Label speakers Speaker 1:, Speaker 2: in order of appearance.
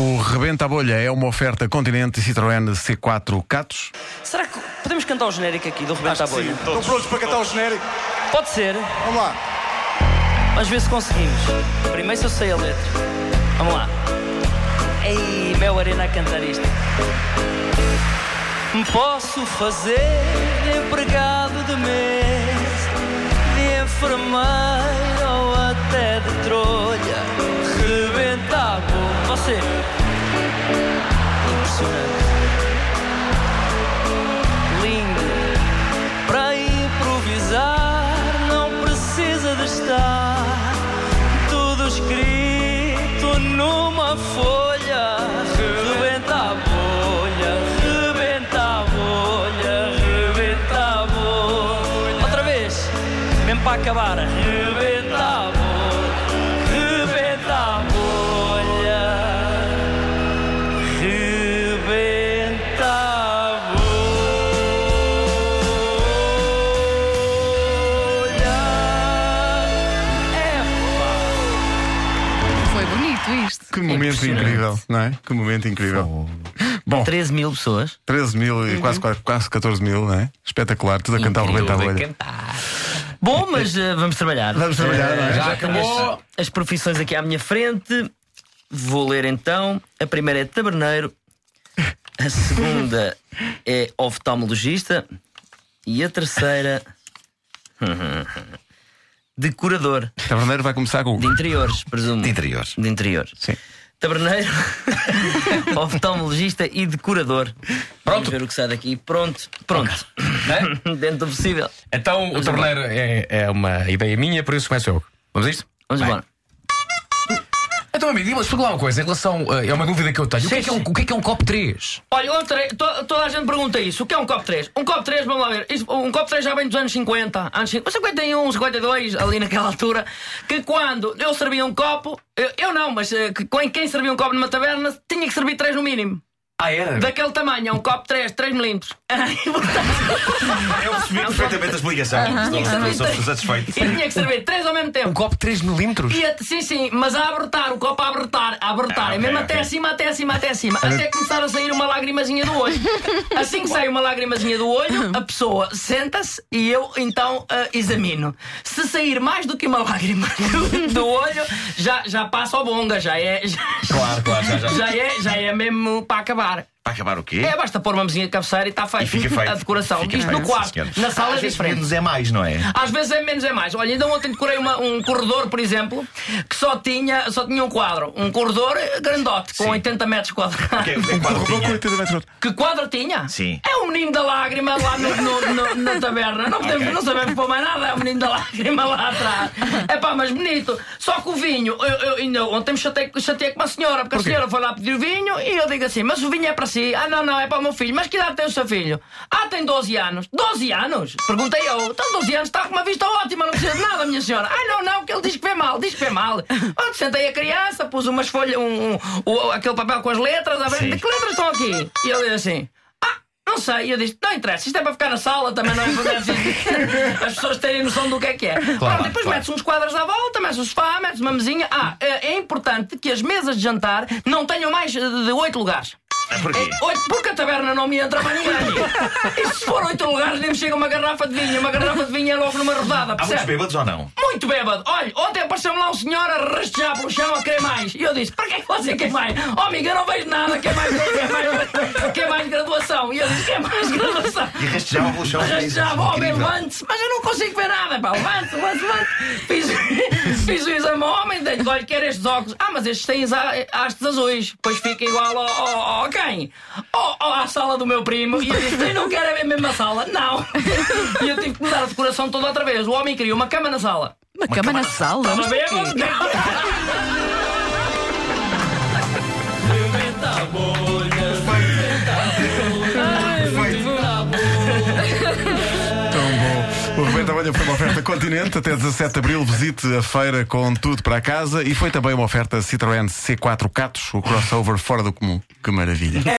Speaker 1: Rebenta a Bolha é uma oferta Continente Citroën C4 Catos.
Speaker 2: Será que podemos cantar o genérico aqui do Rebenta a Bolha?
Speaker 3: Estão prontos para cantar o genérico?
Speaker 2: Pode ser,
Speaker 3: Vamos lá.
Speaker 2: vamos ver se conseguimos. Primeiro se eu sei a letra. Vamos lá. Ei, Mel Arena a cantar isto. Posso fazer de empregado de mesa, de enfermeiro ou até de trolha. Rebenta a bolha. Você. Impressionante. Lindo. Para improvisar não precisa de estar tudo escrito numa folha. Rebenta a bolha, rebenta a bolha, rebenta a bolha. Outra vez, mesmo para acabar. Rebenta a bolha, rebenta a bolha. Rebenta a bolha. É,
Speaker 4: Foi bonito isto.
Speaker 1: Que momento
Speaker 2: impressionante.
Speaker 1: incrível, não é? Que momento incrível. Bom,
Speaker 2: 13 mil pessoas.
Speaker 1: 13 mil
Speaker 2: Uhum.
Speaker 1: e quase, quase- quase 14 mil, não é? Espetacular, tudo a cantar o Rebenta a Bolha.
Speaker 2: Bom, mas eh, vamos trabalhar.
Speaker 1: Vamos trabalhar,
Speaker 2: Eh,
Speaker 1: não é? Já
Speaker 2: já tenho
Speaker 1: acabou.
Speaker 2: As, as profissões aqui à minha frente. Vou ler então. A primeira é taberneiro. A segunda é oftalmologista. E a terceira. Decorador
Speaker 1: Taverneiro vai começar com.
Speaker 2: de interiores, presumo.
Speaker 5: De interiores.
Speaker 2: De interiores.
Speaker 1: Sim.
Speaker 2: Taberneiro, oftalmologista e decorador. Vamos
Speaker 5: Pronto.
Speaker 2: ver o que sai daqui. Pronto, pronto. Dentro do possível.
Speaker 5: Né? Então, o tabuleiro é, é uma ideia minha, por isso começo eu. Vamos a isto?
Speaker 2: Vamos
Speaker 5: Bem.
Speaker 2: embora.
Speaker 5: Então, amigo, diga-me explica lá uma coisa. Em relação. eh, é uma dúvida que eu tenho. o, que é que é um, o que é que é um copo 3?
Speaker 2: Olha, um tre- to- toda a gente pergunta isso. O que é um copo 3? Um copo 3, vamos lá ver. Isso- um copo 3 já vem dos anos 50, anos 50, 51, 52, ali naquela altura, que quando eu servia um copo, eu, eu não, mas eh, que, quem, quem servia um copo numa taberna tinha que servir 3 no mínimo.
Speaker 5: Ah, era?
Speaker 2: Daquele tamanho, é um copo 3, 3 milímetros. E, portanto,
Speaker 6: Eu percebi perfeitamente a explicação. Estou,
Speaker 5: oh,
Speaker 6: estou, estou satisfeito.
Speaker 2: e tinha que servir 3 ao mesmo
Speaker 5: Um
Speaker 2: tempo.
Speaker 5: copo 3 milímetros?
Speaker 2: E a- sim, sim, mas a abertar, o copo a abertar, a abertar,
Speaker 6: Ah,
Speaker 2: é mesmo
Speaker 6: ok,
Speaker 2: até
Speaker 6: ok.
Speaker 2: acima, até acima, até acima, até começar a sair uma lagrimazinha do olho. Assim que sai uma lagrimazinha do olho, a pessoa senta-se e eu então ah, examino. Se sair mais do que uma lágrima do, do olho, já, já passa ao bonga, já é. Já,
Speaker 6: Claro, claro, já, já.
Speaker 2: já é, já é mesmo para acabar.
Speaker 6: Para acabar o quê?
Speaker 2: É, basta pôr uma mesinha de cabeceira e está feito.
Speaker 6: E fica feito.
Speaker 2: A decoração.
Speaker 6: Fica
Speaker 2: Isto no
Speaker 6: feito,
Speaker 2: quarto.
Speaker 6: sim, senhor.
Speaker 2: Na sala é
Speaker 6: Às vezes
Speaker 2: diferente.
Speaker 6: menos é mais, não é?
Speaker 2: Às vezes é menos é mais. Olha, ainda ontem decorei uma- um corredor, por exemplo, que só tinha, só tinha um quadro. Um corredor grandote, com
Speaker 6: Sim.
Speaker 2: 80 metros quadrados.
Speaker 6: Que- que quadro
Speaker 1: Roubou
Speaker 6: tinha?
Speaker 1: 80 metros.
Speaker 2: Que quadro tinha?
Speaker 6: Sim.
Speaker 2: É o menino da lágrima lá no, no- no- na taberna. Não, podemos,
Speaker 6: Ok.
Speaker 2: não sabemos pôr mais nada, é o menino da lágrima lá atrás. É pá, mas bonito. Só que o vinho, eu, eu ainda ontem me chatei, chateei com uma senhora, porque a senhora foi lá pedir o vinho e eu digo assim: Mas o vinho é para si? Ah, não, não, é para o meu filho. Mas que idade tem o seu filho? Ah, tem 12 anos. 12 anos? Perguntei eu. Então, 12 anos está com uma vista ótima, não precisa de nada, minha senhora. Ah, não, não, que ele diz que vê mal, diz que vê mal. Ontem sentei a criança, pus umas folhas, um, um- o- aquele papel com as letras, a ver,
Speaker 6: Sim.
Speaker 2: de que letras estão aqui? E ele diz assim. "Ah, Não sei, E eu disse, não interessa, isto é para ficar na sala, também não é para as pessoas terem noção do que é que é. Pronto, depois
Speaker 6: claro.
Speaker 2: metes uns quadros à volta, metes um sofá, metes uma mesinha. Ah, é é importante que as mesas de jantar não tenham mais eh, de oito lugares.
Speaker 6: Ah, Porquê?
Speaker 2: É, oito, porque a taberna não me entra para ninguém. E se for oito lugares, nem me chega uma garrafa de vinho. Uma garrafa de vinho é logo numa rodada,
Speaker 6: Há muitos
Speaker 2: percebe?
Speaker 6: bêbados ou não?
Speaker 2: Muito bêbado. Olha, ontem apareceu-me lá um senhor a rastejar pelo chão a querer mais. E eu disse: Para que é que você quer mais? Oh, amigo, eu não vejo nada. Quer mais, quer mais, quer mais graduação? E eu disse: Quer mais graduação?
Speaker 6: E rastejava pelo chão.
Speaker 2: Rastejava, oh, homem,
Speaker 6: Incrível.
Speaker 2: levante-se, mas eu não consigo ver nada, pá. Levante-se, levante-se, levante-se. Fiz, fiz o exame ao homem, dei-lhe, olha, quero estes óculos. Ah, mas estes têm a- hastes azuis, pois fica igual ao, ao, ao quem? Ao, ao- à sala do meu primo. E eu disse, eu não quero é ver a mesma sala, não. E eu tive que mudar a decoração toda outra vez. O homem queria uma cama na sala.
Speaker 4: Uma, cama, na sala.
Speaker 2: Estava
Speaker 4: Mas porquê?
Speaker 2: bêbado? Rebenta a bolha,
Speaker 1: Tão bom. O Rebenta a Bolha foi uma oferta Continente. Até 17 de abril, visite a feira com tudo para casa. E foi também uma oferta Citroën C4 Catos, o crossover fora do comum. Que maravilha.